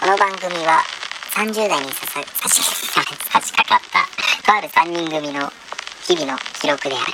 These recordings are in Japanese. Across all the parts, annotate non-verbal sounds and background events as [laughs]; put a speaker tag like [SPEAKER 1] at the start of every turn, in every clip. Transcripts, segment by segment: [SPEAKER 1] この番組は30代にささ差し差し掛かったとある3人組の日々の記録である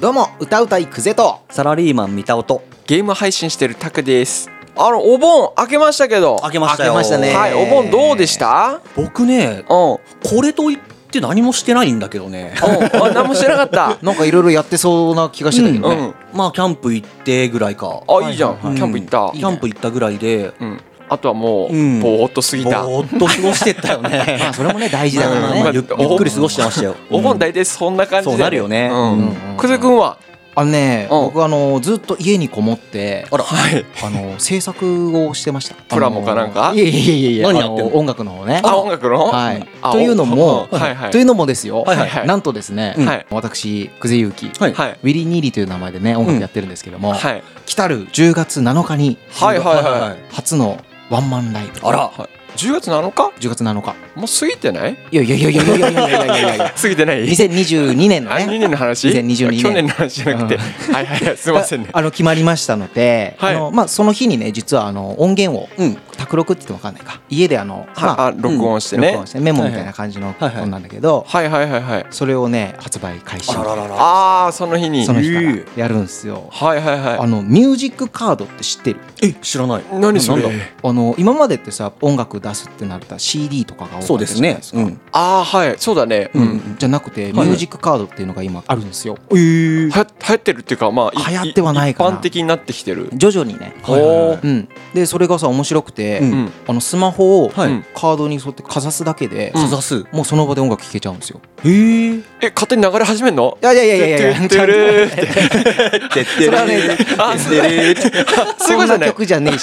[SPEAKER 2] どうも歌うたいくぜと
[SPEAKER 3] サラリーマン見た音
[SPEAKER 4] ゲーム配信してるタクです。あのお盆開けましたけど。
[SPEAKER 3] 開けましたよ
[SPEAKER 2] 開けましたね
[SPEAKER 4] はい、お盆どうでした？
[SPEAKER 3] 僕ね
[SPEAKER 4] うん。うん。
[SPEAKER 3] これといって何もしてないんだけどね
[SPEAKER 4] あ、何もしてなか
[SPEAKER 2] [laughs]
[SPEAKER 4] った。
[SPEAKER 2] なんかいろいろやってそうな気がしてたけど
[SPEAKER 4] う
[SPEAKER 2] ね、
[SPEAKER 4] ん。
[SPEAKER 3] まあキャンプ行ってぐらいか
[SPEAKER 4] あ、いいじゃん。
[SPEAKER 2] はい
[SPEAKER 4] キ
[SPEAKER 2] はいはい
[SPEAKER 4] ャンプ行った。
[SPEAKER 3] キャンプ行ったぐらいで
[SPEAKER 4] うん。あとはもう
[SPEAKER 3] うん
[SPEAKER 4] ぼーっと過ぎ
[SPEAKER 3] ぼ
[SPEAKER 4] た。
[SPEAKER 3] ーっと過ごしてったよね
[SPEAKER 2] [laughs] まあそれもね大事だから
[SPEAKER 3] うんまあ
[SPEAKER 2] ね、
[SPEAKER 3] ゆっゆっくり過ごしてましたよ
[SPEAKER 4] お
[SPEAKER 3] う
[SPEAKER 4] 盆
[SPEAKER 3] ん
[SPEAKER 4] 大体そんな感じで。
[SPEAKER 3] そうなるよね
[SPEAKER 2] うん
[SPEAKER 4] う
[SPEAKER 2] うん
[SPEAKER 4] ん。くずくんは。
[SPEAKER 2] あのね、
[SPEAKER 4] うん
[SPEAKER 2] 僕あのずっと家にこもって
[SPEAKER 3] あらはい
[SPEAKER 2] あの制作をしてました
[SPEAKER 4] プラモかなんか
[SPEAKER 2] あのいやいやいやいや
[SPEAKER 3] 何やってんの
[SPEAKER 2] あの音楽の方ね
[SPEAKER 4] あ、音楽の。
[SPEAKER 2] はい
[SPEAKER 4] あ
[SPEAKER 2] というのも
[SPEAKER 4] おはいはい。
[SPEAKER 2] というのもですよ、
[SPEAKER 3] はいはい
[SPEAKER 4] はい
[SPEAKER 2] なんとですね、
[SPEAKER 3] うん
[SPEAKER 4] はい
[SPEAKER 2] 私久世ゆうきウ
[SPEAKER 3] はい
[SPEAKER 4] はい。
[SPEAKER 2] ィリー・ニーリーという名前でね音楽やってるんですけども、
[SPEAKER 4] はい。
[SPEAKER 2] 来たる10月7日に
[SPEAKER 4] はいはいはい
[SPEAKER 3] はい
[SPEAKER 2] 初のワンマンライブ
[SPEAKER 3] あら
[SPEAKER 4] 10月7日？
[SPEAKER 2] 10月7日
[SPEAKER 4] もう過ぎてない？
[SPEAKER 2] いやいやいやいやいやいやいやいやいやいや
[SPEAKER 4] 過ぎてない？
[SPEAKER 2] 2022年の
[SPEAKER 4] あ、2
[SPEAKER 2] ね
[SPEAKER 4] 年の話？
[SPEAKER 2] 2022年
[SPEAKER 4] 去年の話じゃなくて。
[SPEAKER 2] うん
[SPEAKER 4] はいはいはい。すいませんね。
[SPEAKER 2] あの [laughs] 決まりましたので、
[SPEAKER 4] はい
[SPEAKER 2] あのまあ、その日にね実はあの音源を
[SPEAKER 3] うん
[SPEAKER 2] 卓録って言っても分かんないか家であの、まあ
[SPEAKER 4] はあ、録音して
[SPEAKER 2] 録
[SPEAKER 4] ね
[SPEAKER 2] 音。してメモみたいな感じの
[SPEAKER 3] はいはい
[SPEAKER 2] 本なんだけど
[SPEAKER 4] はいはいはいはい。
[SPEAKER 2] それをね発売開始
[SPEAKER 4] ああ、その日に。
[SPEAKER 2] その日か
[SPEAKER 4] え
[SPEAKER 2] ら
[SPEAKER 4] ー
[SPEAKER 2] やるんですよ。
[SPEAKER 4] はいはいはい。
[SPEAKER 2] あのミュージックカードって知ってる
[SPEAKER 3] え知らない
[SPEAKER 4] 何それ
[SPEAKER 3] なんだ
[SPEAKER 2] あの今までってさ音楽出すってなったら CD とかが多か
[SPEAKER 3] そう
[SPEAKER 2] っ
[SPEAKER 3] で
[SPEAKER 2] たじ
[SPEAKER 3] す
[SPEAKER 2] ゃない
[SPEAKER 3] ね
[SPEAKER 2] ですか
[SPEAKER 3] うん
[SPEAKER 4] ああはいそうだねう、
[SPEAKER 3] うんん
[SPEAKER 2] じゃなくてミ
[SPEAKER 3] はい
[SPEAKER 2] ュージックカードっていうのが今あるんですよ。
[SPEAKER 3] えー
[SPEAKER 4] はや流行ってるっていうかまあい
[SPEAKER 2] 流行ってはないかな
[SPEAKER 4] 一般的になってきてる
[SPEAKER 2] 徐々にね、
[SPEAKER 3] はいはいはい
[SPEAKER 2] うん、でそれがさ面白くて、
[SPEAKER 3] うん
[SPEAKER 4] うん
[SPEAKER 2] あのスマホをカ
[SPEAKER 3] はい
[SPEAKER 2] ードに沿ってかざすだけで、
[SPEAKER 3] かざす
[SPEAKER 2] もうその場で音楽聴けちゃうんですよ。
[SPEAKER 3] へえ
[SPEAKER 4] え勝手に流れ始めんの
[SPEAKER 2] いやいやいやいやいや、
[SPEAKER 4] てってるーって
[SPEAKER 2] [laughs]
[SPEAKER 3] てって
[SPEAKER 2] それはね
[SPEAKER 4] あそう
[SPEAKER 2] [laughs]
[SPEAKER 4] あそういうことじゃ
[SPEAKER 2] そんな
[SPEAKER 4] ない
[SPEAKER 2] 曲じゃねえし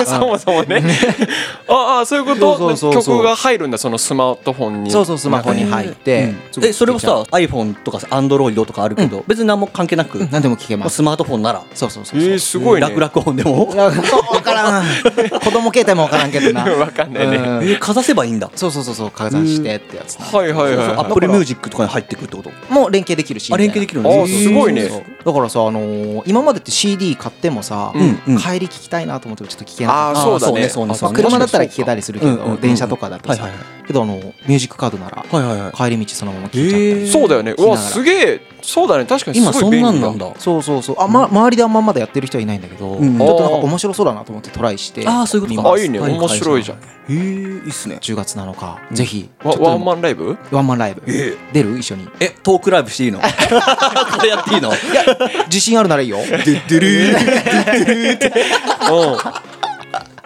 [SPEAKER 2] な。 [laughs]
[SPEAKER 4] そもそもね [laughs] ああそういうこ
[SPEAKER 2] そ
[SPEAKER 4] と
[SPEAKER 2] うそうそうそう
[SPEAKER 4] 曲が入るんだそのスマートフォンに
[SPEAKER 2] そうそうスマホに入って、
[SPEAKER 3] うんえそれもさ iPhone とかさ Android とかあるけど別に何も関係なく
[SPEAKER 2] うん何でも聴け
[SPEAKER 3] まあ
[SPEAKER 2] ます。
[SPEAKER 3] スマートフォンなら
[SPEAKER 2] そうそうそう
[SPEAKER 4] え
[SPEAKER 2] そう。
[SPEAKER 4] ー、すごいね
[SPEAKER 3] 楽々音でも
[SPEAKER 2] わからん。子供携帯もわからんけどな。
[SPEAKER 4] わかんないね
[SPEAKER 2] うん
[SPEAKER 3] えかざせばいいんだ
[SPEAKER 2] そうそうそうそう加算してってやつな。
[SPEAKER 4] はいはいはい
[SPEAKER 3] そう
[SPEAKER 4] は
[SPEAKER 3] アップルミュージックとかに入ってくるってこと
[SPEAKER 2] もう連携できるし。
[SPEAKER 3] あ連携できる
[SPEAKER 4] いあ
[SPEAKER 3] のね
[SPEAKER 4] ーすごい
[SPEAKER 2] みたい
[SPEAKER 4] ね
[SPEAKER 2] な。そうそうだからさあのー今までって CD 買ってもさ
[SPEAKER 4] うん
[SPEAKER 3] うん
[SPEAKER 2] 帰り聞きたいなと思ってもちょっと聞けなか
[SPEAKER 4] あ
[SPEAKER 2] っ
[SPEAKER 4] ー
[SPEAKER 2] た。
[SPEAKER 4] そうだね
[SPEAKER 3] あそうね
[SPEAKER 2] ま
[SPEAKER 3] そう
[SPEAKER 2] あ
[SPEAKER 3] ね
[SPEAKER 2] 車だったら聞けたりするけ
[SPEAKER 3] うんうんう
[SPEAKER 2] ど
[SPEAKER 3] ん
[SPEAKER 2] 電車とかだと
[SPEAKER 3] はいは
[SPEAKER 2] さ
[SPEAKER 3] い。
[SPEAKER 2] けどあのミュージックカードなら
[SPEAKER 3] はいはいはい
[SPEAKER 2] 帰り道そのまま聞いちゃった
[SPEAKER 3] へ
[SPEAKER 2] り
[SPEAKER 3] ー。
[SPEAKER 4] そうだよねう
[SPEAKER 2] なが
[SPEAKER 4] わ
[SPEAKER 2] ら
[SPEAKER 4] すげえそうだね確かに
[SPEAKER 3] 今
[SPEAKER 4] す
[SPEAKER 3] そ
[SPEAKER 4] ごい
[SPEAKER 3] ん
[SPEAKER 4] 便利
[SPEAKER 3] なんなんだ
[SPEAKER 2] そうそうそうあま周りであんままだやってる人はいないんだけどちょ
[SPEAKER 3] うん
[SPEAKER 2] っとなんか面白そうだなと思ってトライして
[SPEAKER 3] あーそういうことか
[SPEAKER 2] 見ます
[SPEAKER 4] あいいね
[SPEAKER 3] はい
[SPEAKER 4] 面白いじゃん
[SPEAKER 3] へえいいっすね
[SPEAKER 2] 10月7日ぜひちょ
[SPEAKER 4] わ
[SPEAKER 2] っと
[SPEAKER 4] ワンマンライブ
[SPEAKER 2] ワンマンライブ出る一
[SPEAKER 3] [laughs]
[SPEAKER 2] 緒に
[SPEAKER 3] えトークライブ
[SPEAKER 4] [laughs]
[SPEAKER 3] していいのこれやっていいの
[SPEAKER 2] 自信あるならいいよ [laughs]
[SPEAKER 4] うん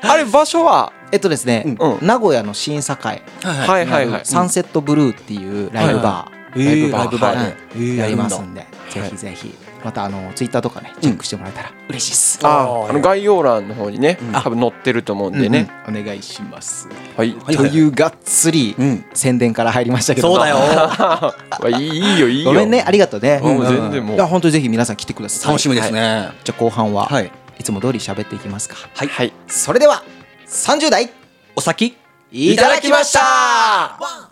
[SPEAKER 4] あれ場所は
[SPEAKER 2] えっとですね
[SPEAKER 4] う
[SPEAKER 2] 名古屋の審査会
[SPEAKER 4] は
[SPEAKER 3] はい
[SPEAKER 4] はいはい
[SPEAKER 2] サンセットブルーっていうライブ
[SPEAKER 3] はい
[SPEAKER 2] バー
[SPEAKER 3] はい
[SPEAKER 2] は
[SPEAKER 3] えーライブバーねえ
[SPEAKER 2] い
[SPEAKER 3] ー
[SPEAKER 2] や
[SPEAKER 3] や
[SPEAKER 2] り
[SPEAKER 3] るんだ
[SPEAKER 2] ますんでぜひぜひまたあのツイッターとかねチェックしてもらえたら嬉しいっす
[SPEAKER 4] ああ
[SPEAKER 3] あ
[SPEAKER 4] の概要欄の方にね多分載ってると思うんでね
[SPEAKER 2] うんうんお願いします
[SPEAKER 4] はい
[SPEAKER 3] はい
[SPEAKER 4] [laughs]
[SPEAKER 2] というがっつり
[SPEAKER 3] うん
[SPEAKER 2] 宣伝から入りましたけど
[SPEAKER 3] そうだよ
[SPEAKER 4] まあいいいいよいいよ
[SPEAKER 2] ごめんねありがとうね
[SPEAKER 4] うん全然もう
[SPEAKER 2] いや本当にぜひ皆さん来てください
[SPEAKER 3] 楽しみです
[SPEAKER 2] はい
[SPEAKER 3] ね
[SPEAKER 2] じゃあ後半は
[SPEAKER 3] はい
[SPEAKER 2] いつも通り喋っていきますか
[SPEAKER 4] はい、はい、
[SPEAKER 2] それでは30代
[SPEAKER 3] お先
[SPEAKER 2] いただきました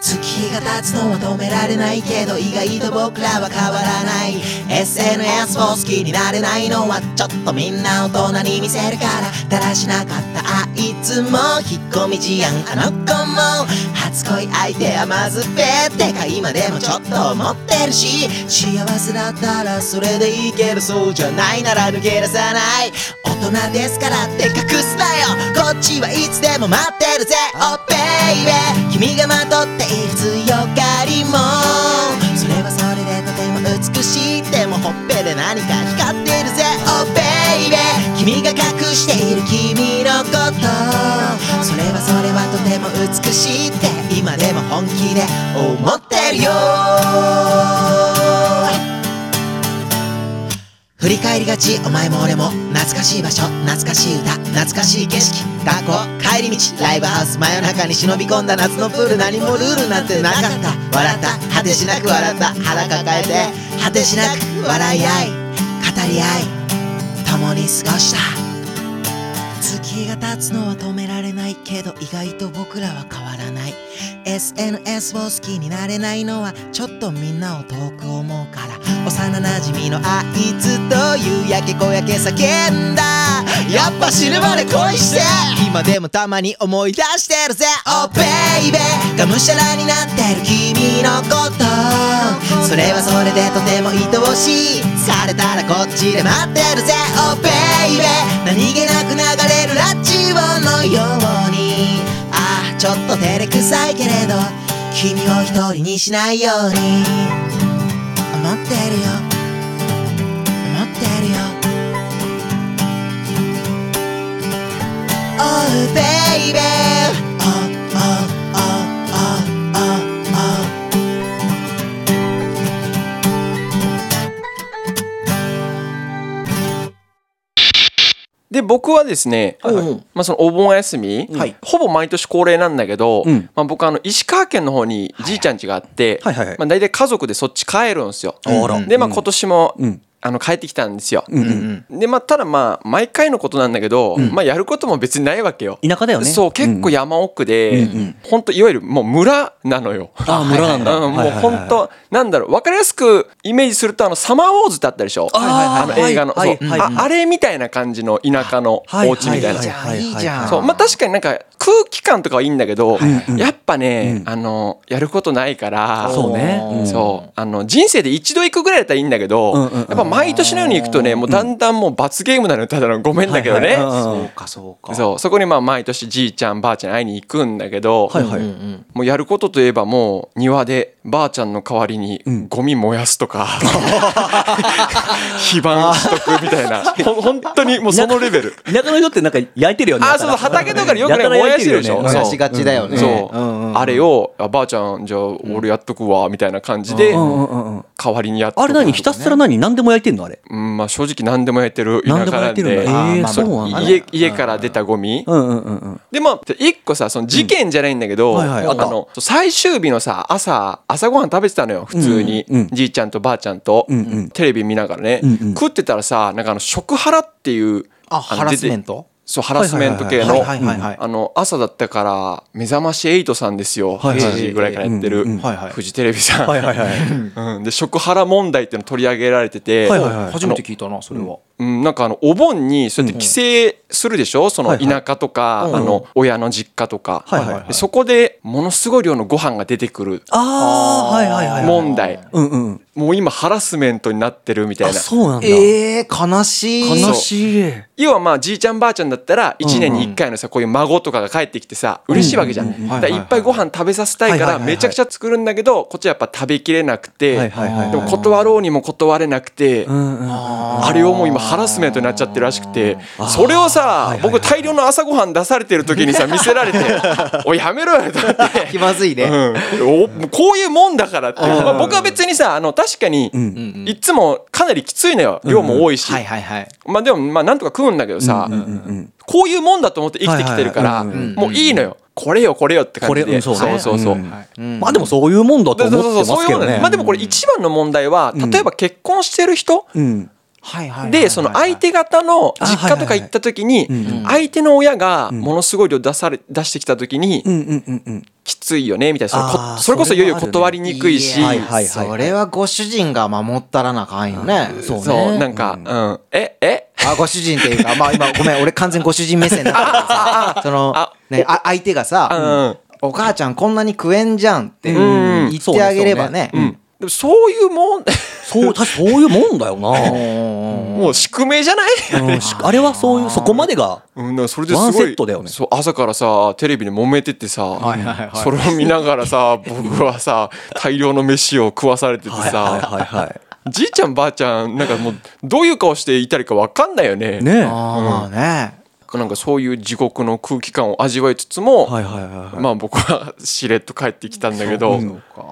[SPEAKER 5] 月日が経つのは止められないけど意外と僕らは変わらない SNS を好きになれないのはちょっとみんな大人に見せるからだらしなかったあいつも引っ込み思案あの子も初恋相手甘酸っぱいってか今でもちょっと思ってるし幸せだったらそれでいいけどそうじゃないなら抜け出さない大人ですからって隠すなよこっちはいつでも待ってるぜ Oh baby 君がまとっている強がりもそれはそれでとても美しいでもほっぺで何か光ってるぜ Oh baby 君が隠している君のことそれはそれはとてもも美しいって今でも本気で思ってるよ振り返りがちお前も俺も懐かしい場所懐かしい歌懐かしい景色学校帰り道ライブハウス真夜中に忍び込んだ夏のプール何もルールなんてなかった笑った果てしなく笑った腹抱えて果てしなく笑い合い語り合い共に過ごした月が経つのは止められないけど意外と僕らは変わらない SNS を好きになれないのはちょっとみんなを遠く思うから幼なじみのあいつと夕焼け小焼け叫んだやっぱ死ぬまで恋して今でもたまに思い出してるぜ Oh baby がむしゃらになってる君のことそれはそれでとても愛おしいされたらこっちで待ってるぜ Oh baby 何気なく流れるラジオのようにああちょっと照れくさいけれど君を一人にしないように思ってるよ思ってるよ Oh baby Oh oh oh oh oh oh
[SPEAKER 4] で僕はですね、
[SPEAKER 3] はいはい
[SPEAKER 4] まあ、そのお盆休み、
[SPEAKER 3] はい
[SPEAKER 4] ほぼ毎年恒例なんだけど、
[SPEAKER 3] うん
[SPEAKER 4] まあ、僕あの石川県の方にじいちゃん家があって、
[SPEAKER 3] はいはいはい
[SPEAKER 4] まあ、大体家族でそっち帰るんですよ。
[SPEAKER 3] あら
[SPEAKER 4] で、まあ、今年も、
[SPEAKER 3] うん
[SPEAKER 4] あの帰ってきたんですよ。
[SPEAKER 3] うんうん
[SPEAKER 4] でまあ、ただまあ毎回のことなんだけど、まあ、やることも別にないわけよ。
[SPEAKER 3] 田舎だよね
[SPEAKER 4] そう結構山奥で、
[SPEAKER 3] うんうん
[SPEAKER 4] ほんといわゆるもう村なのよ。
[SPEAKER 3] ああ村なんだ
[SPEAKER 4] うん、も
[SPEAKER 3] は
[SPEAKER 4] う
[SPEAKER 3] いはいはい
[SPEAKER 4] 本当なんだろう分かりやすくイメージするとあのサマーウォーズってあったでしょ
[SPEAKER 3] あー
[SPEAKER 4] あの映画の、
[SPEAKER 3] はいはい
[SPEAKER 4] そう
[SPEAKER 3] はい
[SPEAKER 4] ああれみたいな感じの田舎の
[SPEAKER 3] はい
[SPEAKER 4] お家みた
[SPEAKER 3] は
[SPEAKER 4] いな。
[SPEAKER 3] ははい
[SPEAKER 2] いいじゃん
[SPEAKER 4] そうまあ、確かになんか空気感とかはいいんだけど、やっぱね、
[SPEAKER 3] うん
[SPEAKER 4] あのやることないから
[SPEAKER 3] そうねうん
[SPEAKER 4] そうあの人生で一度行くぐらいだったらいいんだけど、
[SPEAKER 3] うんうんうん
[SPEAKER 4] やっぱ毎年のように行くとねもうだんだんもう罰ゲームなのよただのごめんだけどね、
[SPEAKER 3] はいはいうんうん
[SPEAKER 2] かそうか
[SPEAKER 4] そうそこにまあ毎年じいちゃんばあちゃんに会いに行くんだけど、
[SPEAKER 3] はいはい
[SPEAKER 4] もうやることといえばもう庭でばあちゃんの代わりに
[SPEAKER 3] ん
[SPEAKER 4] ゴミ燃やす
[SPEAKER 3] [laughs]
[SPEAKER 4] とか、非番しとくみたいなほん本当にもうそのレベル。
[SPEAKER 3] 田舎の人ってなんか焼いてるよね
[SPEAKER 4] あそうそう畑とかによくね燃やしてるでしょ
[SPEAKER 3] そう
[SPEAKER 2] 燃やしがちだよね
[SPEAKER 4] そう、
[SPEAKER 2] んんん
[SPEAKER 4] あれをあ「ばあちゃんじゃあ俺やっとくわ」みたいな感じで
[SPEAKER 3] うんうんうんうん
[SPEAKER 4] 代わりにやっとく
[SPEAKER 3] あれ何ひたすら何何でも焼いてんのあれ
[SPEAKER 4] うんまあ正直何でもやってる田
[SPEAKER 3] 何
[SPEAKER 4] 舎
[SPEAKER 3] でも
[SPEAKER 4] な
[SPEAKER 3] 焼
[SPEAKER 4] ん
[SPEAKER 3] いてる
[SPEAKER 4] で
[SPEAKER 3] んだ
[SPEAKER 2] あー
[SPEAKER 3] ええ
[SPEAKER 2] まあ
[SPEAKER 3] そうなんだ
[SPEAKER 4] 家家から出たゴミ
[SPEAKER 3] うんうんうんうん
[SPEAKER 4] でまあ一個さその事件じゃないんだけど、
[SPEAKER 3] うんはいはい
[SPEAKER 4] あの最終日のさ朝朝ごはん食べてたのよ普通に、
[SPEAKER 3] うんうん
[SPEAKER 4] じいちゃんとばあちゃんと、
[SPEAKER 3] うんうん
[SPEAKER 4] テレビ見ながらね、
[SPEAKER 3] うんうん
[SPEAKER 4] 食ってたらさなんかあの食ハラっていう
[SPEAKER 2] あ
[SPEAKER 4] の
[SPEAKER 2] ハラスメント
[SPEAKER 4] 出てそうハラスメント系
[SPEAKER 2] はい
[SPEAKER 4] の
[SPEAKER 2] はいはいはい
[SPEAKER 4] あの朝だったから「目覚まし8さんですよ、
[SPEAKER 3] はいはい
[SPEAKER 4] 8時ぐらいからやってる、
[SPEAKER 3] うんうん
[SPEAKER 2] はいはい
[SPEAKER 4] フジテレビさん、
[SPEAKER 3] はいはいはい
[SPEAKER 4] [laughs] うん、で食ハラ問題っていうの取り上げられてて、
[SPEAKER 3] はいはいはい
[SPEAKER 2] 初めて聞いたなそれは
[SPEAKER 4] うん、なんかあのお盆にそうやって帰省するでしょ、その
[SPEAKER 3] はいは
[SPEAKER 4] 田舎とか、あの親の実家とか、
[SPEAKER 3] はいはいはい
[SPEAKER 4] でそこでものすごい量のご飯が出てくる
[SPEAKER 3] ああはいはいはいはい
[SPEAKER 4] 問題
[SPEAKER 3] うんうん
[SPEAKER 4] もう今ハラスメントになってるみたい
[SPEAKER 3] あ
[SPEAKER 4] な
[SPEAKER 3] そうなんだ
[SPEAKER 2] ええ悲しい
[SPEAKER 3] 悲しい
[SPEAKER 4] 要はまあじいちゃんばあちゃんだったら1年に1回のさこういう孫とかが帰ってきてさ嬉しいわけじゃん、
[SPEAKER 2] うん
[SPEAKER 4] だからいっぱいご飯食べさせたいか
[SPEAKER 3] はいはい
[SPEAKER 4] ら
[SPEAKER 3] はいはい
[SPEAKER 4] めちゃくちゃ作るんだけどこっちはやっぱ食べきれなくて、
[SPEAKER 3] はいはいはい
[SPEAKER 4] でも断ろうにも断れなくて、
[SPEAKER 3] うんうん
[SPEAKER 4] あれをもう今ハラスメントになっちゃってるらしくて
[SPEAKER 3] ー
[SPEAKER 4] それをさ、
[SPEAKER 3] はいはいはい
[SPEAKER 4] 僕大量の朝ごはん出されてる
[SPEAKER 3] [laughs]
[SPEAKER 4] 時にさ見せられて「おいやめろよ」と思って。
[SPEAKER 2] 気まずいね
[SPEAKER 4] うん、おこういうもんだからって、まあ、僕は別にさあの確かに、
[SPEAKER 3] ん
[SPEAKER 4] いつもかなりきついのよ量も多いし、
[SPEAKER 2] はいはいはい
[SPEAKER 4] まあでもまあなんとか食うんだけどさ、
[SPEAKER 3] うん
[SPEAKER 4] こういうもんだと思って生きてきてるから、
[SPEAKER 3] はいはい
[SPEAKER 2] はいうん
[SPEAKER 4] もういいのよこれよこれよって感じ
[SPEAKER 3] これう
[SPEAKER 4] で
[SPEAKER 3] んそうね
[SPEAKER 4] そうそうそう、
[SPEAKER 3] うん
[SPEAKER 2] うん
[SPEAKER 3] まあでもそういうもんだと
[SPEAKER 4] で
[SPEAKER 3] 思
[SPEAKER 4] そうそう
[SPEAKER 3] って
[SPEAKER 4] そう
[SPEAKER 3] ま
[SPEAKER 4] そう
[SPEAKER 3] す
[SPEAKER 4] い
[SPEAKER 3] け
[SPEAKER 4] うも
[SPEAKER 3] ど
[SPEAKER 4] んだ
[SPEAKER 3] ね
[SPEAKER 4] ねまあでもこれ一番の問題は
[SPEAKER 3] うん
[SPEAKER 4] 例えば結婚してる人、
[SPEAKER 3] うん
[SPEAKER 2] はいはいはいはい
[SPEAKER 4] でその相手方の実家とか行った時に
[SPEAKER 3] はいはいはい
[SPEAKER 2] うん
[SPEAKER 4] 相手の親がものすごい量出され出してきた時に
[SPEAKER 3] うんうんうんうん
[SPEAKER 4] きついよねみたいなそれこ
[SPEAKER 3] あー
[SPEAKER 4] それこそいよいよ
[SPEAKER 3] それは
[SPEAKER 4] 断
[SPEAKER 3] あ
[SPEAKER 4] り
[SPEAKER 3] る
[SPEAKER 4] にくいし
[SPEAKER 2] や
[SPEAKER 3] はいはいはい
[SPEAKER 2] それはご主人が守ったらなあかんよね
[SPEAKER 3] そうね
[SPEAKER 4] そうなんかうんええ
[SPEAKER 2] あご主人っていうかまあ今ごめん俺完全にご主人目線だからさその
[SPEAKER 4] あ
[SPEAKER 2] ねあ相手がさ「お母ちゃんこんなに食えんじゃん」って言ってあげればね
[SPEAKER 4] うんでもそういうもん [laughs]
[SPEAKER 3] そう確かそういうもんだよ
[SPEAKER 2] うん
[SPEAKER 3] な
[SPEAKER 2] うんうん
[SPEAKER 4] もう宿命じゃない
[SPEAKER 3] うんしあれはそういうそこまでが
[SPEAKER 4] [laughs] うん、だからそれですごい
[SPEAKER 3] ワンセットだよね
[SPEAKER 4] そう朝からさテレビで揉めててさ、
[SPEAKER 2] いはいはい
[SPEAKER 4] それを見なが
[SPEAKER 3] [laughs]
[SPEAKER 4] らさ僕はさ大量の飯を食わされてて
[SPEAKER 3] はいはい
[SPEAKER 4] さ
[SPEAKER 3] はいは
[SPEAKER 4] じいちゃんばあちゃんなんかもうどういう顔していたりか分かんないよね。
[SPEAKER 3] いねえ
[SPEAKER 2] あーまあね
[SPEAKER 4] なんかそういう地獄の空気感を味わいつつも、
[SPEAKER 3] はいはいはいはい
[SPEAKER 4] まあ僕はしれっと帰ってきたんだけど、
[SPEAKER 3] そうか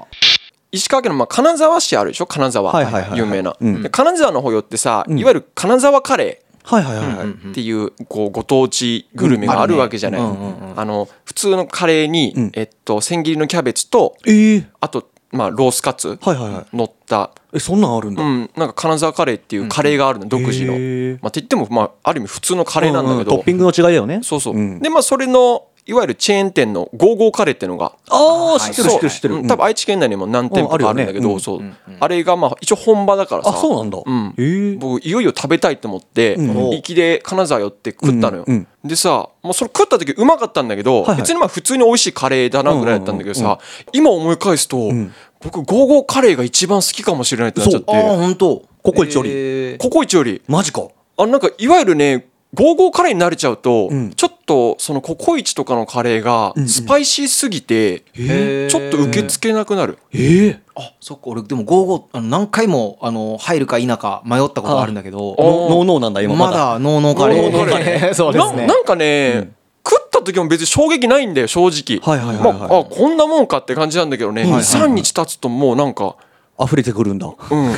[SPEAKER 4] 石川県のまあ金沢市あるでしょ金沢、
[SPEAKER 3] はいはいはいはい
[SPEAKER 4] 有名な、
[SPEAKER 3] うん
[SPEAKER 4] で金沢の方寄ってさ、
[SPEAKER 3] うん
[SPEAKER 4] いわゆる金沢カレ
[SPEAKER 3] はいはいはいはい
[SPEAKER 4] ーっていうこうご当地グルメがあるわけじゃない、
[SPEAKER 3] うんうんうん
[SPEAKER 4] あの普通のカレーに、
[SPEAKER 3] うん
[SPEAKER 4] えっと、千切りのキャベツと
[SPEAKER 3] ええ
[SPEAKER 4] あと、まあ、ロースカツ
[SPEAKER 3] はいはいはい
[SPEAKER 4] 乗った、
[SPEAKER 3] えそんなんあるんだ
[SPEAKER 4] うん、なんか金沢カレーっていうカレーがあるの、独自の、
[SPEAKER 3] へー
[SPEAKER 4] まあ、って言っても、まあ、ある意味普通のカレーなんだけど、
[SPEAKER 3] ううトッピングの違いだよね
[SPEAKER 4] そうそう、
[SPEAKER 3] ん
[SPEAKER 4] でまあそれのいわゆるチェーン店のゴーゴーカレーっていうのが
[SPEAKER 3] ああ知ってる知
[SPEAKER 4] そう
[SPEAKER 3] ってる知ってる
[SPEAKER 4] うん多分愛知県内にも何店舗かあるんだけど、
[SPEAKER 3] うんあるよねうん
[SPEAKER 4] そう、あれがまあ一応本場だからさ
[SPEAKER 3] あそうなんだ
[SPEAKER 4] うん
[SPEAKER 3] へえ
[SPEAKER 4] 僕いよいよ食べたいと思って
[SPEAKER 3] うん
[SPEAKER 4] 行きで金沢寄って食ったのよ、
[SPEAKER 3] うん
[SPEAKER 4] でさもうそれ食った時うまかったんだけど、
[SPEAKER 3] はいはい
[SPEAKER 4] 別にまあ普通に美味しいカレーだなぐらいだったんだけどさ、
[SPEAKER 3] うんうん
[SPEAKER 4] 今思い返すと、
[SPEAKER 3] ん
[SPEAKER 4] 僕ゴーゴーカレーが一番好きかもしれないってなっちゃっ
[SPEAKER 2] ああ
[SPEAKER 4] て
[SPEAKER 2] 本当
[SPEAKER 3] ココイチより
[SPEAKER 4] ココイチより
[SPEAKER 3] マジか
[SPEAKER 4] あなんかいわゆるねゴーゴーカレーに慣れちゃうと、
[SPEAKER 3] うん
[SPEAKER 4] ちょっとそのココイチとかのカレーが
[SPEAKER 3] うんうん
[SPEAKER 4] スパイシーすぎて、
[SPEAKER 2] へー
[SPEAKER 4] ちょっと受け付けなくなる、
[SPEAKER 3] ええ
[SPEAKER 2] あそっか俺でも55あの何回もあの入るか否か迷ったことあるんだけど
[SPEAKER 4] あ
[SPEAKER 3] ノーノーなんだ今
[SPEAKER 2] まだノーノーカレ
[SPEAKER 4] ノー
[SPEAKER 2] ー
[SPEAKER 4] ノーカレ
[SPEAKER 2] [laughs] そうですね
[SPEAKER 4] ななんかね、食った時も別に衝撃ないんだよ正直、
[SPEAKER 3] はいはいはいはい
[SPEAKER 4] まああこんなもんかって感じなんだけどね、
[SPEAKER 3] はいはい
[SPEAKER 4] 23日経つともうな
[SPEAKER 3] [laughs]
[SPEAKER 4] んか
[SPEAKER 3] 溢れてくるんだ
[SPEAKER 4] うん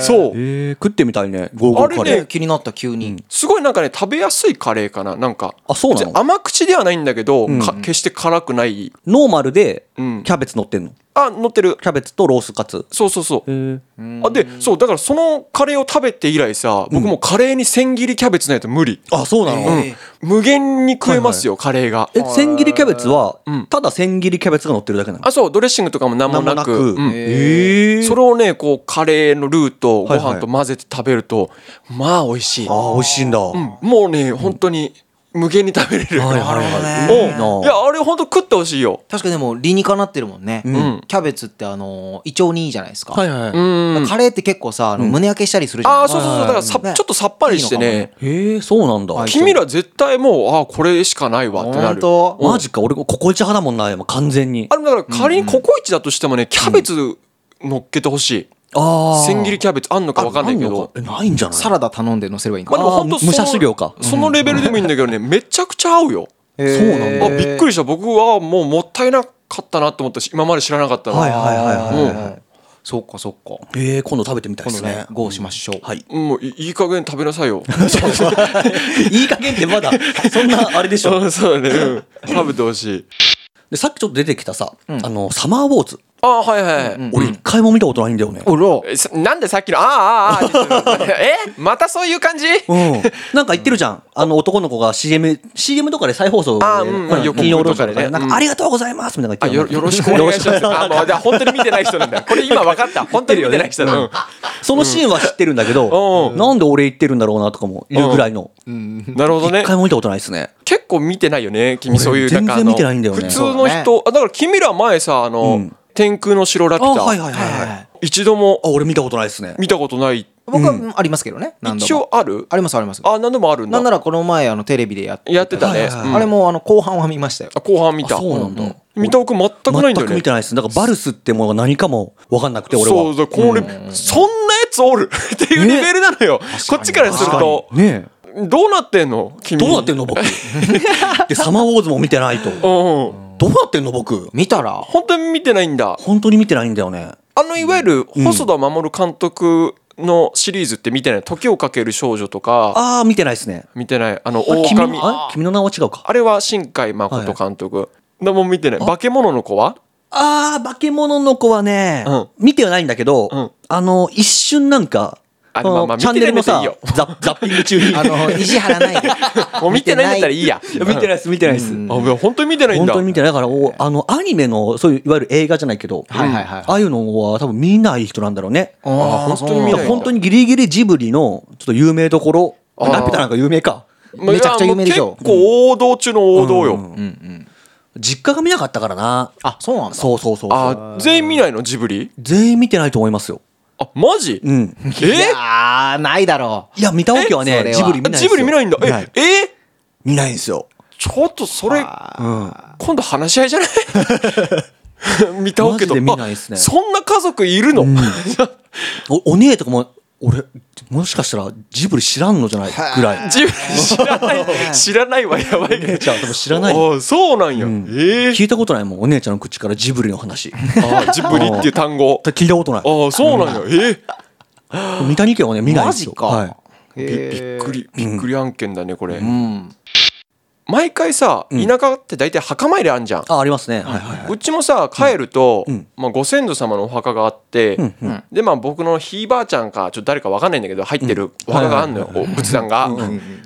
[SPEAKER 4] そう
[SPEAKER 3] ええ食ってみたいねゴーゴーカ
[SPEAKER 4] あ
[SPEAKER 3] レ
[SPEAKER 4] れ
[SPEAKER 3] ー
[SPEAKER 4] ね
[SPEAKER 2] 気になった急に、
[SPEAKER 4] すごいなんかね食べやすいカレーかななんか
[SPEAKER 3] あそうなの
[SPEAKER 4] 別に甘口ではないんだけど、
[SPEAKER 3] ん
[SPEAKER 4] か決して辛くない
[SPEAKER 3] ノーマルでキ
[SPEAKER 4] うん
[SPEAKER 3] ャベツ乗ってんの
[SPEAKER 4] あ乗ってる
[SPEAKER 3] キャベツとロースカツ
[SPEAKER 4] そうそうそう
[SPEAKER 3] え
[SPEAKER 4] あでそうだからそのカレーを食べて以来さ僕もうカレーに千切りキャベツないと無理、
[SPEAKER 3] あそうなの
[SPEAKER 4] うん
[SPEAKER 3] うん
[SPEAKER 4] 無限に食えますよ、カレーが
[SPEAKER 3] え千切りキャベツは
[SPEAKER 4] うん
[SPEAKER 3] ただ千切りキャベツが乗ってるだけなの
[SPEAKER 4] あそうドレッシングとかも何もなく
[SPEAKER 3] なんも
[SPEAKER 4] うん
[SPEAKER 3] なくええそ
[SPEAKER 4] それをねこうカレーのルーとご
[SPEAKER 3] はいはい
[SPEAKER 4] 飯と混ぜて食べると、まあ美味しい、
[SPEAKER 3] ああ美味しいんだ
[SPEAKER 4] うんもうね本当に無限に食べれる、
[SPEAKER 3] はい
[SPEAKER 2] なるほど
[SPEAKER 3] は
[SPEAKER 2] ね
[SPEAKER 3] いはい
[SPEAKER 4] お
[SPEAKER 3] お
[SPEAKER 4] ういやあれ本当食ってほしいよ
[SPEAKER 2] 確かにでも理にかなってるもんね、
[SPEAKER 4] ん
[SPEAKER 2] キャベツってあの胃腸にいいじゃないですか、
[SPEAKER 3] はいはい
[SPEAKER 4] うん
[SPEAKER 2] カレーって結構さあの胸焼けしたりするじゃない
[SPEAKER 4] ああ
[SPEAKER 2] です
[SPEAKER 4] そう
[SPEAKER 2] か
[SPEAKER 4] そうそうだからさ、
[SPEAKER 2] はいはい
[SPEAKER 4] ちょっとさっぱりして
[SPEAKER 2] いいの
[SPEAKER 4] ね
[SPEAKER 3] へえそうなんだ
[SPEAKER 2] はい
[SPEAKER 4] 君ら絶対もうああこれしかないわってな
[SPEAKER 2] 本
[SPEAKER 4] る
[SPEAKER 2] 当
[SPEAKER 3] マジか俺ココイチ派だもんな今完全に
[SPEAKER 4] あれもだから仮にココイチだとしてもねキャベツ乗っけてほしい、
[SPEAKER 3] あー
[SPEAKER 4] 千切りキャベツあんのか分かんないけど
[SPEAKER 3] あんのかえないんじゃない
[SPEAKER 2] サラダ頼んで乗せればいいの
[SPEAKER 4] まあ
[SPEAKER 2] かな、
[SPEAKER 4] でも本当
[SPEAKER 3] あーむ武者修行か
[SPEAKER 4] そのレベルでもいいんだけどねめちゃくちゃ合うよ
[SPEAKER 2] へー
[SPEAKER 3] そうなんだ
[SPEAKER 4] あびっくりした僕はもうもったいなかったなと思ったし今まで知らなかったの
[SPEAKER 3] はいはいはいはい、
[SPEAKER 2] うんそっかそっか
[SPEAKER 3] えー、今度食べてみたいで
[SPEAKER 2] 今度
[SPEAKER 3] す
[SPEAKER 2] ね
[SPEAKER 3] ね
[SPEAKER 2] ゴーしましょう、
[SPEAKER 3] はい
[SPEAKER 4] もういいい加減食べなさいよ
[SPEAKER 3] [laughs]
[SPEAKER 4] [laughs]
[SPEAKER 3] いい加減ってまだそんなあれでしょ
[SPEAKER 4] そうそうだね、うん食べてほしい
[SPEAKER 3] でさっきちょっと出てきたさ、あのサマーウォーズ
[SPEAKER 4] あはいはい、
[SPEAKER 3] 俺一回も見たことないんだよね、
[SPEAKER 2] おろ
[SPEAKER 4] えさなんでさっきのあーあーあー [laughs] って言ってるのえまたそういう感じ
[SPEAKER 3] うん、なんか言ってるじゃん。あの男の子が CM、CM とかで再放送で、
[SPEAKER 4] あうん
[SPEAKER 3] ほら
[SPEAKER 4] 予告
[SPEAKER 3] 金曜ロードショー
[SPEAKER 4] とかでね
[SPEAKER 3] なん
[SPEAKER 4] うん
[SPEAKER 3] かありがとうございますみたいな
[SPEAKER 4] あ
[SPEAKER 3] の言
[SPEAKER 4] よ
[SPEAKER 3] ってた
[SPEAKER 4] よろしくお願いしますあもうじゃあ本当に見てない人なんだこれ今分かった本当に見てない人だ、うん
[SPEAKER 3] そのシーンは知ってるんだけど、
[SPEAKER 4] う
[SPEAKER 3] なんで俺言ってるんだろうなとかもいうぐらいの。
[SPEAKER 4] なるほどね
[SPEAKER 3] 一回も見たことないですね。
[SPEAKER 4] 結構見てないよね君そういうなんか
[SPEAKER 3] 全
[SPEAKER 4] あ
[SPEAKER 3] 然
[SPEAKER 4] の
[SPEAKER 3] 見てないんだよね
[SPEAKER 4] 普通の
[SPEAKER 2] そうだね
[SPEAKER 4] 人あだから君ら前さあの、
[SPEAKER 3] うん
[SPEAKER 4] 天空の城ラピュタ、
[SPEAKER 3] い
[SPEAKER 2] はいはい
[SPEAKER 3] あ、
[SPEAKER 4] 一度も
[SPEAKER 3] 俺見たことないですね。
[SPEAKER 4] 見たことない
[SPEAKER 2] 僕
[SPEAKER 3] う
[SPEAKER 2] はありますけどね何度も
[SPEAKER 4] 一応ある
[SPEAKER 2] ありますあります
[SPEAKER 4] あ何度もあるんだ
[SPEAKER 2] なんならこの前あのテレビでやっ
[SPEAKER 4] やってたね、
[SPEAKER 3] はいはいはい
[SPEAKER 4] うん
[SPEAKER 2] あれもあの後半は見ましたよ
[SPEAKER 4] あ後半見た
[SPEAKER 3] あそうなんだ
[SPEAKER 4] 見た奥全くないんだ
[SPEAKER 3] 全
[SPEAKER 4] よ
[SPEAKER 3] く
[SPEAKER 4] ね
[SPEAKER 3] 見てないです。だからバルスってものが何かも分かんなくて、俺
[SPEAKER 4] そう
[SPEAKER 3] は。
[SPEAKER 4] だこれ、そんなやつおる [laughs] っていうレベルなのよ、こっちからすると
[SPEAKER 3] ねえ
[SPEAKER 4] どうなってんの君
[SPEAKER 3] どうなってん
[SPEAKER 4] [laughs]
[SPEAKER 3] の僕。で、サマーウォーズも見てないと。
[SPEAKER 4] のうん
[SPEAKER 3] どうなってんの僕。
[SPEAKER 2] 見たら
[SPEAKER 4] 本当に見てないんだ
[SPEAKER 3] 本当に見てないんだよね。
[SPEAKER 4] あのいわゆる細田守監督のシリーズって見てない「時をかける少女」とか
[SPEAKER 3] ああ、見てないですね。
[SPEAKER 4] 見てないあの
[SPEAKER 3] あれ
[SPEAKER 4] 狼
[SPEAKER 3] 君あれ君の名は違うか。
[SPEAKER 4] あれは新海誠監督何も見てない「化け物の子は」
[SPEAKER 3] ああ、化け物の子はね、
[SPEAKER 4] うん
[SPEAKER 3] 見てはないんだけど、
[SPEAKER 4] うん
[SPEAKER 3] あの、一瞬なんか、
[SPEAKER 4] あ
[SPEAKER 3] この
[SPEAKER 4] まあまあ
[SPEAKER 3] チャンネルのさ、
[SPEAKER 4] 見てないんだ
[SPEAKER 3] ザザッピング中に。いや
[SPEAKER 2] あの意地張らないで
[SPEAKER 4] もう見てないんだったらいいや
[SPEAKER 3] 見てないです、見てないです。
[SPEAKER 4] あいや本当に見てないん
[SPEAKER 3] 本
[SPEAKER 4] だ
[SPEAKER 3] 当に見てない。だから、おあの、アニメの、そういう、いわゆる映画じゃないけど、
[SPEAKER 2] はいはいはい
[SPEAKER 3] ああいうのは多分見ない人なんだろうね。
[SPEAKER 2] あー
[SPEAKER 4] 本当に見
[SPEAKER 3] だ
[SPEAKER 4] な
[SPEAKER 3] か
[SPEAKER 4] い
[SPEAKER 3] ら本当にギリギリジブリの、ちょっと有名どころ、
[SPEAKER 4] あー
[SPEAKER 3] ラピュタなんか有名か。
[SPEAKER 4] まあ
[SPEAKER 2] めちゃくちゃ有名でしょ
[SPEAKER 4] 結構王道中の王道よ、
[SPEAKER 3] 実家が見なかったからな。
[SPEAKER 2] あそうなんだ
[SPEAKER 3] そうそうそうそう。
[SPEAKER 4] あ全員見ないのジブリ
[SPEAKER 3] 全員見てないと思いますよ。
[SPEAKER 4] あマジ、
[SPEAKER 3] うん。
[SPEAKER 4] え
[SPEAKER 2] いやーないだろう
[SPEAKER 3] いや、三田沖は
[SPEAKER 2] えそ
[SPEAKER 3] ね、
[SPEAKER 2] れは
[SPEAKER 3] ジブリ見ないんです
[SPEAKER 4] ジ
[SPEAKER 3] よ。
[SPEAKER 4] ブリ見ないんだ
[SPEAKER 3] 見ない
[SPEAKER 4] ええ
[SPEAKER 3] 見ないんですよ。
[SPEAKER 4] ちょっとそれ
[SPEAKER 3] うん。
[SPEAKER 4] 今度話し合
[SPEAKER 3] [laughs]
[SPEAKER 4] いじゃない見たわけど
[SPEAKER 3] マジで見ないっすね
[SPEAKER 4] あそんな家族いるの、
[SPEAKER 3] おお姉とかも俺もしかしたらジブリ知らんのじゃないぐらい。
[SPEAKER 4] 自分知
[SPEAKER 3] [laughs]
[SPEAKER 4] らない知らないはやば
[SPEAKER 3] お
[SPEAKER 4] い
[SPEAKER 3] 姉ちゃんでも知らない。
[SPEAKER 4] ああそうなんや、
[SPEAKER 3] うん
[SPEAKER 4] ええ
[SPEAKER 3] 聞いたことないもん、お姉ちゃんの口からジブリの話。
[SPEAKER 4] ああジブリっていう
[SPEAKER 3] [laughs]
[SPEAKER 4] 単語
[SPEAKER 3] 聞いたことない。
[SPEAKER 4] ああそうなんやええ
[SPEAKER 3] 三谷家はね、見ないんですよ。
[SPEAKER 2] マジか
[SPEAKER 3] はい。
[SPEAKER 2] び
[SPEAKER 4] びびっくりびっくり案件だねこれ、
[SPEAKER 2] うん
[SPEAKER 4] 毎回さ
[SPEAKER 3] うん
[SPEAKER 4] 田舎って大体墓参りあんじゃん、
[SPEAKER 3] あ、ありますね。はいはいは
[SPEAKER 4] うちもさ帰ると、
[SPEAKER 3] うん
[SPEAKER 4] まあ、ご先祖様のお墓があって、
[SPEAKER 3] い。うん。
[SPEAKER 4] でまあ僕のひいばあちゃんかちょっと誰かわかんないんだけど入ってるお墓があんのよ、
[SPEAKER 3] はいはい
[SPEAKER 4] お仏壇が、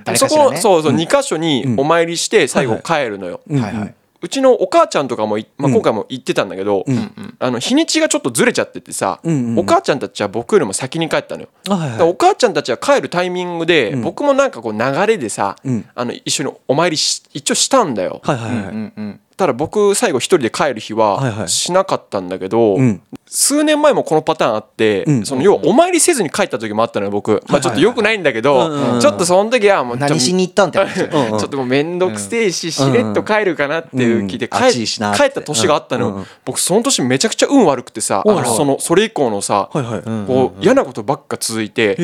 [SPEAKER 2] 誰
[SPEAKER 4] そ
[SPEAKER 2] かし
[SPEAKER 4] こ
[SPEAKER 2] らね
[SPEAKER 4] そうそう2箇所に
[SPEAKER 3] ん
[SPEAKER 4] お参りして最後帰るのよ、
[SPEAKER 3] うん
[SPEAKER 2] はいはい。
[SPEAKER 4] うちのお母ちゃんとかもい、まあ、
[SPEAKER 3] うん
[SPEAKER 4] 今回も行ってたんだけど、
[SPEAKER 3] うん
[SPEAKER 4] あの日にちがちょっとずれちゃっててさ、
[SPEAKER 3] うんうんうん
[SPEAKER 4] お母ちゃんたちは僕よりも先に帰ったのよ、
[SPEAKER 3] あはい
[SPEAKER 4] だから
[SPEAKER 3] はい
[SPEAKER 4] お母ちゃんたちは帰るタイミングで、
[SPEAKER 3] うん
[SPEAKER 4] 僕もなんかこう流れでさ、
[SPEAKER 3] うん
[SPEAKER 4] あの一緒にお参りし一応したんだよ、
[SPEAKER 3] はいはいは
[SPEAKER 2] う
[SPEAKER 3] い。
[SPEAKER 2] んうん
[SPEAKER 4] ただ僕最後一人で帰る日
[SPEAKER 3] はいは
[SPEAKER 4] はいしなかったんだけど、
[SPEAKER 3] うん。
[SPEAKER 4] 数年前もこのパターンあって、
[SPEAKER 3] うん
[SPEAKER 4] その要はお参りせずに帰った時もあったのよ僕、まあ、ちょっと良くないんだけ
[SPEAKER 3] はいはいはいうんうんう
[SPEAKER 4] ど
[SPEAKER 3] ん
[SPEAKER 4] ちょっとその時はもうちょっと
[SPEAKER 2] 何しに行ったんって話
[SPEAKER 3] うんうん
[SPEAKER 4] ちょっともう面倒くせえし、しれっと帰るかなっていう気で
[SPEAKER 3] うん
[SPEAKER 4] 帰,、
[SPEAKER 3] あっちいいしなって
[SPEAKER 4] 帰った年があったのよ、
[SPEAKER 3] うんうん
[SPEAKER 4] 僕その年めちゃくちゃ運悪くてさ
[SPEAKER 3] おいおい
[SPEAKER 4] そのそれ以降のさ、
[SPEAKER 3] はいはい。うん
[SPEAKER 4] こう嫌なことばっか続いて、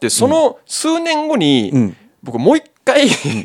[SPEAKER 4] でその数年後に、
[SPEAKER 3] うん
[SPEAKER 4] 僕もう一回 [laughs]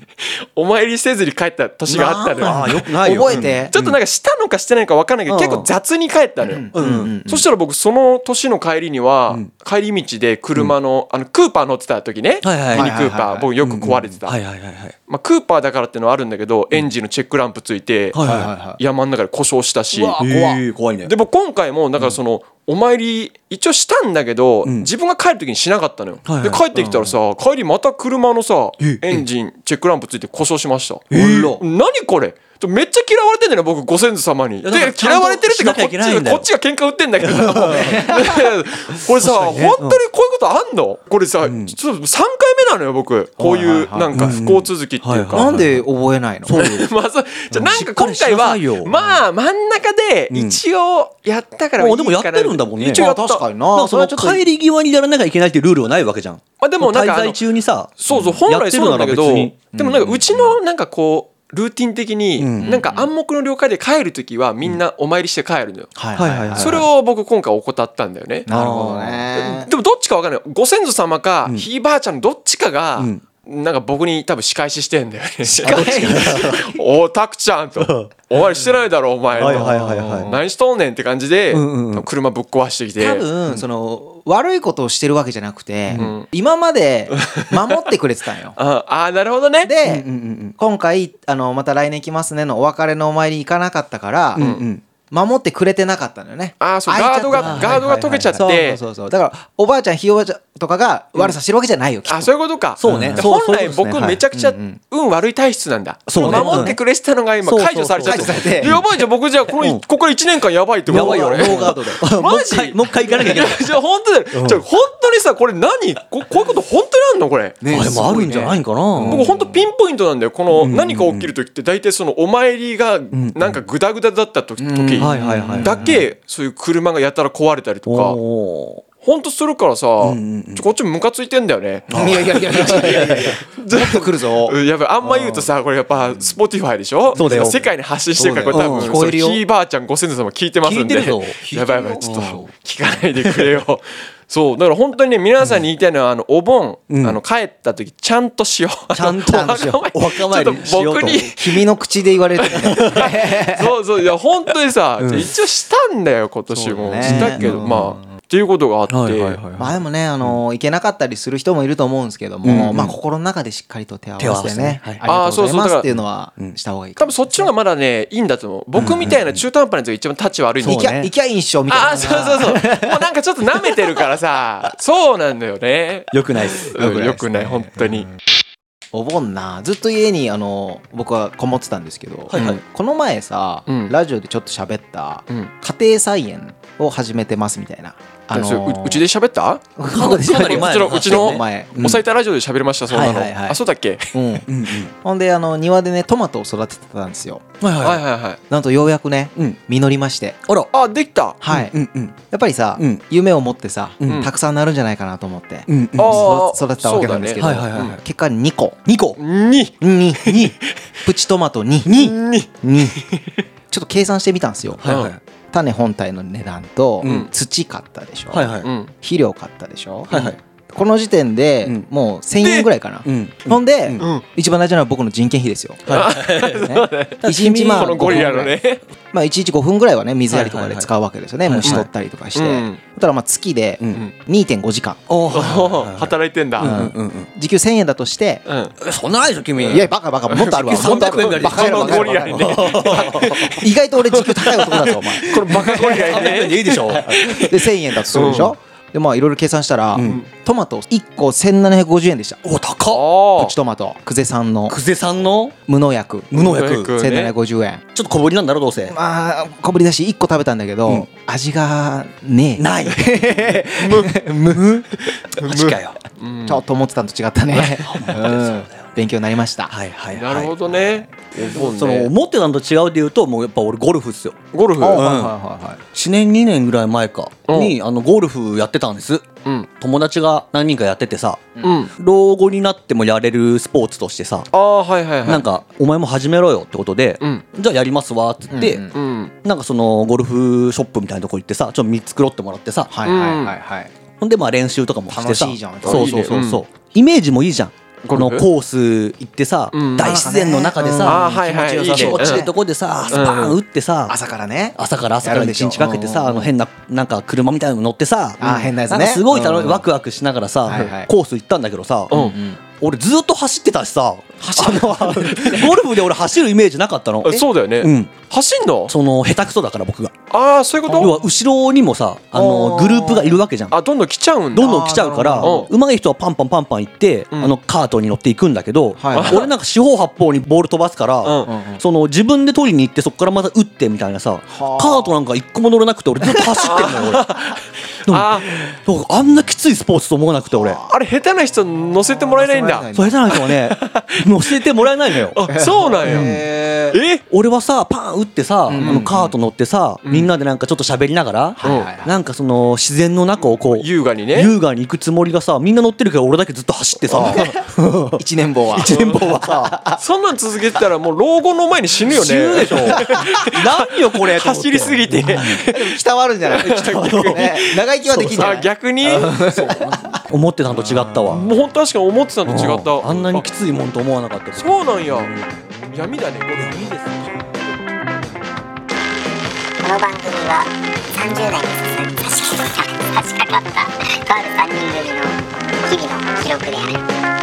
[SPEAKER 4] お参りせずに帰った年があったのよ。
[SPEAKER 3] ああ、よくないよ。
[SPEAKER 2] 覚えて
[SPEAKER 4] ちょっとなんかしたのかしてないのか分かんないけど、
[SPEAKER 3] うん
[SPEAKER 4] 結構雑に帰ったのよ、
[SPEAKER 3] うん。うんうん。
[SPEAKER 4] そしたら僕その年の帰りには、
[SPEAKER 3] うん
[SPEAKER 4] 帰り道で車の,、あのクーパー乗ってた時ね、
[SPEAKER 3] はいはい
[SPEAKER 4] ミニクー
[SPEAKER 2] はいはい
[SPEAKER 4] パ
[SPEAKER 2] は
[SPEAKER 4] ー
[SPEAKER 2] い
[SPEAKER 4] 僕よく壊れてた、
[SPEAKER 3] はいはいはいはい。
[SPEAKER 4] まあ、クーパーだからってのはあるんだけど、エンジンのチェックランプついて、
[SPEAKER 3] はい
[SPEAKER 2] はいはい
[SPEAKER 3] は
[SPEAKER 2] は
[SPEAKER 4] 山の中で故障したし
[SPEAKER 2] うわ
[SPEAKER 3] い。
[SPEAKER 2] い怖っ
[SPEAKER 3] えー怖いね。
[SPEAKER 4] でも今回もだからその、お参り一応したんだけど、
[SPEAKER 3] ん
[SPEAKER 4] 自分が帰る時にしなかったのよ、
[SPEAKER 3] はいはい
[SPEAKER 4] で帰ってきたらさ、帰りまた車のさ
[SPEAKER 3] え
[SPEAKER 4] エンジンチェックランプついて故障しました、
[SPEAKER 3] えー
[SPEAKER 4] 何これめっちゃ嫌われてんだよ僕ご先祖様に。で
[SPEAKER 3] やだからちゃんと
[SPEAKER 4] 嫌われてるっていうか
[SPEAKER 3] しなきゃ
[SPEAKER 4] こ
[SPEAKER 3] いけないん
[SPEAKER 4] っ
[SPEAKER 3] だ
[SPEAKER 4] ち
[SPEAKER 3] よ
[SPEAKER 4] こっちが喧嘩売ってんだけ
[SPEAKER 3] [laughs]
[SPEAKER 4] ど [laughs] 俺さ本当にこういうことあんのこれさちょっと3回目なのよ僕こういうなんか不幸続きっていう
[SPEAKER 3] うん
[SPEAKER 4] か
[SPEAKER 3] はいはい
[SPEAKER 2] なんで覚えないの [laughs] そう
[SPEAKER 4] [laughs] まあそうじゃあなん
[SPEAKER 3] しっ
[SPEAKER 4] か今
[SPEAKER 3] かりし
[SPEAKER 4] 回
[SPEAKER 3] なさい
[SPEAKER 4] は
[SPEAKER 3] よ
[SPEAKER 4] まあ真ん中で一応やったからいい
[SPEAKER 3] あで
[SPEAKER 4] かな
[SPEAKER 3] もやってるんだもんね
[SPEAKER 4] 一応やった
[SPEAKER 2] 確かに
[SPEAKER 4] ま
[SPEAKER 3] だか
[SPEAKER 2] な
[SPEAKER 3] らその
[SPEAKER 2] れはちょっと
[SPEAKER 3] 帰り際にやらなきゃいけないっていうルールはないわけじゃん。
[SPEAKER 4] あでもなん
[SPEAKER 3] 滞
[SPEAKER 4] かあの
[SPEAKER 3] 在中にさ、
[SPEAKER 4] そうそう本来そうなんだけ
[SPEAKER 3] やってるな
[SPEAKER 4] ど
[SPEAKER 3] ら別に
[SPEAKER 4] でもなんかうちのなんかこうルーティン的
[SPEAKER 3] うん
[SPEAKER 4] になんか暗黙の了解で帰る時はみんなお参りして帰るのよ
[SPEAKER 2] はい
[SPEAKER 3] はいはいはい
[SPEAKER 4] それを僕今回怠ったんだよね
[SPEAKER 2] なるほどね
[SPEAKER 4] でもどっちかわかんないご先祖様か
[SPEAKER 3] ん
[SPEAKER 4] ひいばあちゃんのどっちかが
[SPEAKER 3] うん
[SPEAKER 4] なんか僕に多分仕返ししてんだよ
[SPEAKER 3] [laughs]
[SPEAKER 4] ね仕返し [laughs] おおたくちゃんとお前してないだろお前
[SPEAKER 3] はいはいはいはい
[SPEAKER 4] 何しとんねんって感じで
[SPEAKER 3] んうんうん
[SPEAKER 4] 車ぶっ壊してきて
[SPEAKER 2] 多分その悪いことをしてるわけじゃなくて
[SPEAKER 4] ん
[SPEAKER 2] 今まで守ってくれてた
[SPEAKER 4] [laughs]
[SPEAKER 2] んよ
[SPEAKER 4] ああーなるほどね
[SPEAKER 2] で
[SPEAKER 3] うんうんうん
[SPEAKER 2] 今回あのまた来年来ますねのお別れのお参り行かなかったから
[SPEAKER 3] うんうん
[SPEAKER 2] 守ってくれてなかったのよね
[SPEAKER 4] あーそう
[SPEAKER 2] 開
[SPEAKER 4] ガ
[SPEAKER 2] いちゃっ
[SPEAKER 4] ードが
[SPEAKER 2] た
[SPEAKER 4] ガードが解けちゃって、
[SPEAKER 2] そうそうそうだからおばあちゃんひいおばあちゃんとかが悪さしてるわけじゃないよきっと
[SPEAKER 4] あそういうことか
[SPEAKER 3] そうね
[SPEAKER 4] で
[SPEAKER 3] そう
[SPEAKER 4] 本
[SPEAKER 3] そうい
[SPEAKER 4] 来
[SPEAKER 3] うことですね
[SPEAKER 4] 僕
[SPEAKER 3] はい
[SPEAKER 4] めちゃくちゃ運悪い体質なんだ
[SPEAKER 3] そうね
[SPEAKER 4] 守ってくれてたのが今
[SPEAKER 3] そうそう
[SPEAKER 4] 解除されちゃった
[SPEAKER 2] 解除されて
[SPEAKER 4] やばいじゃん僕じゃあこ
[SPEAKER 3] う
[SPEAKER 4] の
[SPEAKER 3] ん
[SPEAKER 4] ここから1年間やばいってこと
[SPEAKER 3] やばいよ、ノ
[SPEAKER 4] 俺
[SPEAKER 3] [laughs] ーガードだよ。
[SPEAKER 4] マジ
[SPEAKER 3] もう一回もう一回行かなきゃいけ
[SPEAKER 4] [laughs]
[SPEAKER 3] ない。
[SPEAKER 4] じゃあ本当だよじゃあ本当にさこれ何ここういうこと本当にあんのこれ
[SPEAKER 3] あでもあるんじゃないかな。
[SPEAKER 4] 僕本当ピンポイントなんだよこの何か起きる時って大体そのお参りがなんかグダグダだった時時
[SPEAKER 3] はいはいはい
[SPEAKER 4] だけそういう車がやたら壊れたりとか
[SPEAKER 3] お
[SPEAKER 4] 本当するからさ
[SPEAKER 3] んうん
[SPEAKER 4] ちょこっちもムカついてんだよね
[SPEAKER 2] いやいやいやいやいやいやもっと来るぞ
[SPEAKER 4] うんやばいあんま言うとさこれやっぱ Spotify でしょ
[SPEAKER 3] そうだよ
[SPEAKER 4] 世界に発信してるからこれ
[SPEAKER 3] そうだよ
[SPEAKER 4] 多分
[SPEAKER 2] うん聞こえるよ
[SPEAKER 4] そのひいばあちゃんご先祖様聞いてますんで
[SPEAKER 3] 聞いてるぞ
[SPEAKER 4] やばいやばいちょっと聞かないでくれよそうだから本当にね皆さんに言いたいのはあのお盆あ
[SPEAKER 3] うん
[SPEAKER 4] の帰った時ちゃんとしよう
[SPEAKER 3] ちゃんと
[SPEAKER 4] あの
[SPEAKER 3] お墓参り
[SPEAKER 4] ちょっと
[SPEAKER 3] しようと
[SPEAKER 4] 僕に
[SPEAKER 2] [laughs] 君の口で言われてる
[SPEAKER 4] そうそういや本当にさ一応したんだよ今年
[SPEAKER 2] そう
[SPEAKER 4] も
[SPEAKER 2] だね
[SPEAKER 4] したけど
[SPEAKER 2] うん
[SPEAKER 4] まあっていうことがあって
[SPEAKER 3] ーはいはいはい。
[SPEAKER 2] まあでもねあの行けなかったりする人もいると思うんですけどもまあ心の中でしっかりと手を合わせ
[SPEAKER 3] 手を
[SPEAKER 2] てね
[SPEAKER 3] 合わせてねは
[SPEAKER 2] あり
[SPEAKER 3] い
[SPEAKER 2] がとうござい
[SPEAKER 4] あーそうそうだ
[SPEAKER 2] ま
[SPEAKER 4] か
[SPEAKER 2] す
[SPEAKER 4] ら
[SPEAKER 2] っていうのはした方がいいか
[SPEAKER 4] 多
[SPEAKER 2] も
[SPEAKER 4] 分そっちの方がまだねいいんだと思う僕みたいな中途半端なやつが一番タッチ悪いんだ
[SPEAKER 2] 行
[SPEAKER 4] よ
[SPEAKER 2] きゃ
[SPEAKER 3] ね
[SPEAKER 2] 行きゃいいんっしょみたい
[SPEAKER 4] あ
[SPEAKER 2] な
[SPEAKER 4] あそうそうそうもうなんかちょっと舐めてるからさそうなんだよね
[SPEAKER 3] よくないっす。
[SPEAKER 4] うんよくない本当に
[SPEAKER 2] お盆なずっと家にあの僕はこもってたんですけど、
[SPEAKER 3] はいはい
[SPEAKER 2] この前さ、
[SPEAKER 4] うん
[SPEAKER 2] ラジオでちょっと喋った、
[SPEAKER 4] うん
[SPEAKER 2] 家庭菜園を始めてますみたいな、あの
[SPEAKER 4] それ
[SPEAKER 2] ー
[SPEAKER 4] ううちで喋った
[SPEAKER 2] ここで
[SPEAKER 4] かな
[SPEAKER 2] 喋
[SPEAKER 4] り
[SPEAKER 2] る
[SPEAKER 4] う
[SPEAKER 3] 前
[SPEAKER 4] ちのうちの
[SPEAKER 2] 前うん
[SPEAKER 4] おさいたラジオで喋りましたそんなの、
[SPEAKER 2] はいはいはい
[SPEAKER 4] あそうだっけ
[SPEAKER 2] うん
[SPEAKER 3] うんうん。
[SPEAKER 2] ほんであの庭でねトマトを育ててたんですよ
[SPEAKER 3] はい
[SPEAKER 4] は
[SPEAKER 3] は
[SPEAKER 4] い
[SPEAKER 3] い。
[SPEAKER 4] はいはい
[SPEAKER 2] なんとようやくね、
[SPEAKER 3] うん
[SPEAKER 2] 実りまして
[SPEAKER 3] あら。
[SPEAKER 4] あできた
[SPEAKER 2] はい、
[SPEAKER 3] う
[SPEAKER 2] や
[SPEAKER 3] んうん。
[SPEAKER 2] っぱりさ、
[SPEAKER 3] うん
[SPEAKER 2] 夢を持ってさ、
[SPEAKER 3] うん
[SPEAKER 2] たくさんなるんじゃないかなと思って、
[SPEAKER 3] うんうん。
[SPEAKER 4] あー
[SPEAKER 2] 育てたわけなんですけど、
[SPEAKER 3] そうだねはいはいはい
[SPEAKER 2] 結果2個
[SPEAKER 3] 二個。
[SPEAKER 4] に
[SPEAKER 2] ににプチトマトにに
[SPEAKER 4] に
[SPEAKER 2] にちょっと計算してみたんですよ、
[SPEAKER 3] はいはい。
[SPEAKER 2] 種本体の値段と
[SPEAKER 4] うん。
[SPEAKER 2] 土買ったでしょ、
[SPEAKER 3] はいはいう
[SPEAKER 4] ん
[SPEAKER 2] 肥料買ったでしょ、
[SPEAKER 3] はいはい
[SPEAKER 2] この時点で
[SPEAKER 3] うん
[SPEAKER 2] もう1000円ぐらいかな、
[SPEAKER 3] うん
[SPEAKER 2] ほんで、
[SPEAKER 4] ん
[SPEAKER 2] 一番大事なのは僕の人件費ですよ、
[SPEAKER 3] [laughs]
[SPEAKER 2] はい、一日まあ
[SPEAKER 4] このゴリラのね
[SPEAKER 2] まあ、1日5分ぐらいはね水やりとかで使うわけですよね、
[SPEAKER 3] はいはいはい
[SPEAKER 2] 虫取ったりとかして、
[SPEAKER 4] うん
[SPEAKER 2] だからまあ月で
[SPEAKER 3] ん
[SPEAKER 2] 2.5時間、
[SPEAKER 3] お
[SPEAKER 4] おー [laughs] 働いてんだ、うん
[SPEAKER 3] うんうん
[SPEAKER 2] 時給1000円だとして、
[SPEAKER 4] うん、
[SPEAKER 3] え [laughs] そんなないでしょ君
[SPEAKER 2] いやバカバカもっ
[SPEAKER 4] [laughs]
[SPEAKER 2] とあるわ
[SPEAKER 3] 時給300
[SPEAKER 2] もっとあるわ
[SPEAKER 3] 円ぐらいで
[SPEAKER 2] バカやろ
[SPEAKER 4] こ
[SPEAKER 2] バ
[SPEAKER 4] のゴ
[SPEAKER 2] カやろ
[SPEAKER 4] リラにね
[SPEAKER 2] 意外と俺時給高い男だぞお前
[SPEAKER 4] このバカゴリラに
[SPEAKER 3] 300円
[SPEAKER 4] ね
[SPEAKER 3] でいいでしょ
[SPEAKER 2] [laughs] で1000円だとするでしょ、でまあいろいろ計算したら、トマト1個1750円でした
[SPEAKER 3] お高っ
[SPEAKER 4] あ
[SPEAKER 2] プチトマト久世さんの
[SPEAKER 3] 久世さんの
[SPEAKER 2] 無農薬
[SPEAKER 3] 無農
[SPEAKER 4] 無農
[SPEAKER 3] 薬
[SPEAKER 4] 薬
[SPEAKER 2] 1750円
[SPEAKER 3] ちょっと小ぶりなんだろどうせ
[SPEAKER 2] まあ小ぶりだし1個食べたんだけど、
[SPEAKER 3] うん
[SPEAKER 2] 味が
[SPEAKER 3] [laughs]
[SPEAKER 2] ねえ
[SPEAKER 3] ないマジかよ
[SPEAKER 2] ちょっと思ってたのと違ったね、うん、勉強になりました、
[SPEAKER 3] はいはいはい
[SPEAKER 4] あなるほどね、思うね
[SPEAKER 3] その思ってたのと違うで言うともうやっぱ俺ゴルフっすよ
[SPEAKER 4] ゴルフ、
[SPEAKER 2] はい
[SPEAKER 4] うん
[SPEAKER 2] はいはいはい
[SPEAKER 3] 1年2年ぐらい前か
[SPEAKER 4] うん
[SPEAKER 3] にあのゴルフやってたんです
[SPEAKER 4] うん
[SPEAKER 3] 友達が何人かやっててさ老後になってもやれるスポーツとしてさ
[SPEAKER 4] ああはいはいはい
[SPEAKER 3] なんかお前も始めろよってことで
[SPEAKER 4] うん
[SPEAKER 3] じゃあやりますわっつって
[SPEAKER 2] うん
[SPEAKER 4] うん
[SPEAKER 3] なんかそのゴルフショップみたいなとこ行ってさちょっと見繕ってもらってさ
[SPEAKER 2] はいはいはいはい
[SPEAKER 3] ほんでまあ練習とかもしてさ
[SPEAKER 2] 楽しいじゃん
[SPEAKER 3] そうそうそうそう
[SPEAKER 4] い
[SPEAKER 3] イメージもいいじゃんこ
[SPEAKER 4] ゴル
[SPEAKER 3] の
[SPEAKER 4] フ
[SPEAKER 3] コース行ってさ
[SPEAKER 4] うん
[SPEAKER 3] 大自然の中で
[SPEAKER 4] ああ
[SPEAKER 3] さ
[SPEAKER 4] はいはいいい
[SPEAKER 3] 気
[SPEAKER 4] ね
[SPEAKER 3] 持ちいいとこでさスパーン打ってさ
[SPEAKER 2] 朝からね
[SPEAKER 3] 朝から朝か
[SPEAKER 2] やる
[SPEAKER 3] ら
[SPEAKER 2] んでし
[SPEAKER 3] 一
[SPEAKER 2] ょ
[SPEAKER 3] 日かけてさあの変ななんか車みたいなの乗ってさ
[SPEAKER 2] あー変なやつね
[SPEAKER 3] んかすごい楽
[SPEAKER 2] うん
[SPEAKER 3] ワクワクしながらさ
[SPEAKER 2] はいはい
[SPEAKER 3] コース行ったんだけどさ
[SPEAKER 4] うん
[SPEAKER 3] 俺ずっと走ってたしさあの [laughs] ゴルフで俺走るイメージなかったの
[SPEAKER 4] あそうだよね、
[SPEAKER 3] うん
[SPEAKER 4] 走んの
[SPEAKER 3] その下手くそだから僕が
[SPEAKER 4] ああそういうこ
[SPEAKER 3] 要
[SPEAKER 4] と
[SPEAKER 3] は後ろにもさあの
[SPEAKER 2] あ
[SPEAKER 3] グ
[SPEAKER 2] ー
[SPEAKER 3] ループがいるわけじゃん
[SPEAKER 4] あどんどん来ちゃうんだ
[SPEAKER 3] どんどん来ちゃうから
[SPEAKER 4] あーなるほど
[SPEAKER 3] 上手い人はパンパンパンパン行って、
[SPEAKER 4] うん
[SPEAKER 3] あのカートに乗っていくんだけど、
[SPEAKER 2] はいはい
[SPEAKER 3] 俺なんか四方八方にボール飛ばすから、
[SPEAKER 4] うん
[SPEAKER 3] その自分で取りに行ってそこからまた打ってみたいなさカートなんか一個も乗れなくて俺
[SPEAKER 4] [laughs]
[SPEAKER 3] ずっと走ってんのよ俺でも
[SPEAKER 4] あ
[SPEAKER 3] なんかあんなきついスポーツと思わなくて俺
[SPEAKER 4] あれ下手な人乗せてもらえないん
[SPEAKER 2] 乗せ
[SPEAKER 4] だ
[SPEAKER 2] て
[SPEAKER 3] それじゃないと
[SPEAKER 4] [laughs]
[SPEAKER 3] ね乗せてもらえないのよ
[SPEAKER 4] あそうなんやえ
[SPEAKER 2] え
[SPEAKER 3] 俺はさパン打ってさ、あのカート乗ってさ、みんなでなんかちょっと喋りながら、
[SPEAKER 4] うん
[SPEAKER 3] なんかその自然の中をこう
[SPEAKER 4] 優雅にね
[SPEAKER 3] 優雅に行くつもりがさみんな乗ってるけど俺だけずっと走ってさ
[SPEAKER 2] ー、一年坊は
[SPEAKER 3] 一年坊は
[SPEAKER 4] [laughs]
[SPEAKER 3] さ
[SPEAKER 4] そんなん続けてたらもう老後の前に死ぬよね
[SPEAKER 3] 死ぬで
[SPEAKER 4] [laughs]
[SPEAKER 3] しょ何よこれと思って
[SPEAKER 4] 走りすぎ [laughs] て
[SPEAKER 2] 北はあるんじゃないね長生きはできんじゃ
[SPEAKER 4] あ
[SPEAKER 2] ない
[SPEAKER 4] 逆に
[SPEAKER 3] 思ってたのと違ったわ
[SPEAKER 4] もう確かに思ってたのと違った
[SPEAKER 3] あんなにきついもんと思わなかった
[SPEAKER 4] あそうなんや闇だねこれいいです
[SPEAKER 1] この番組は30代に差し差し掛かったとある3人組の日々の記録である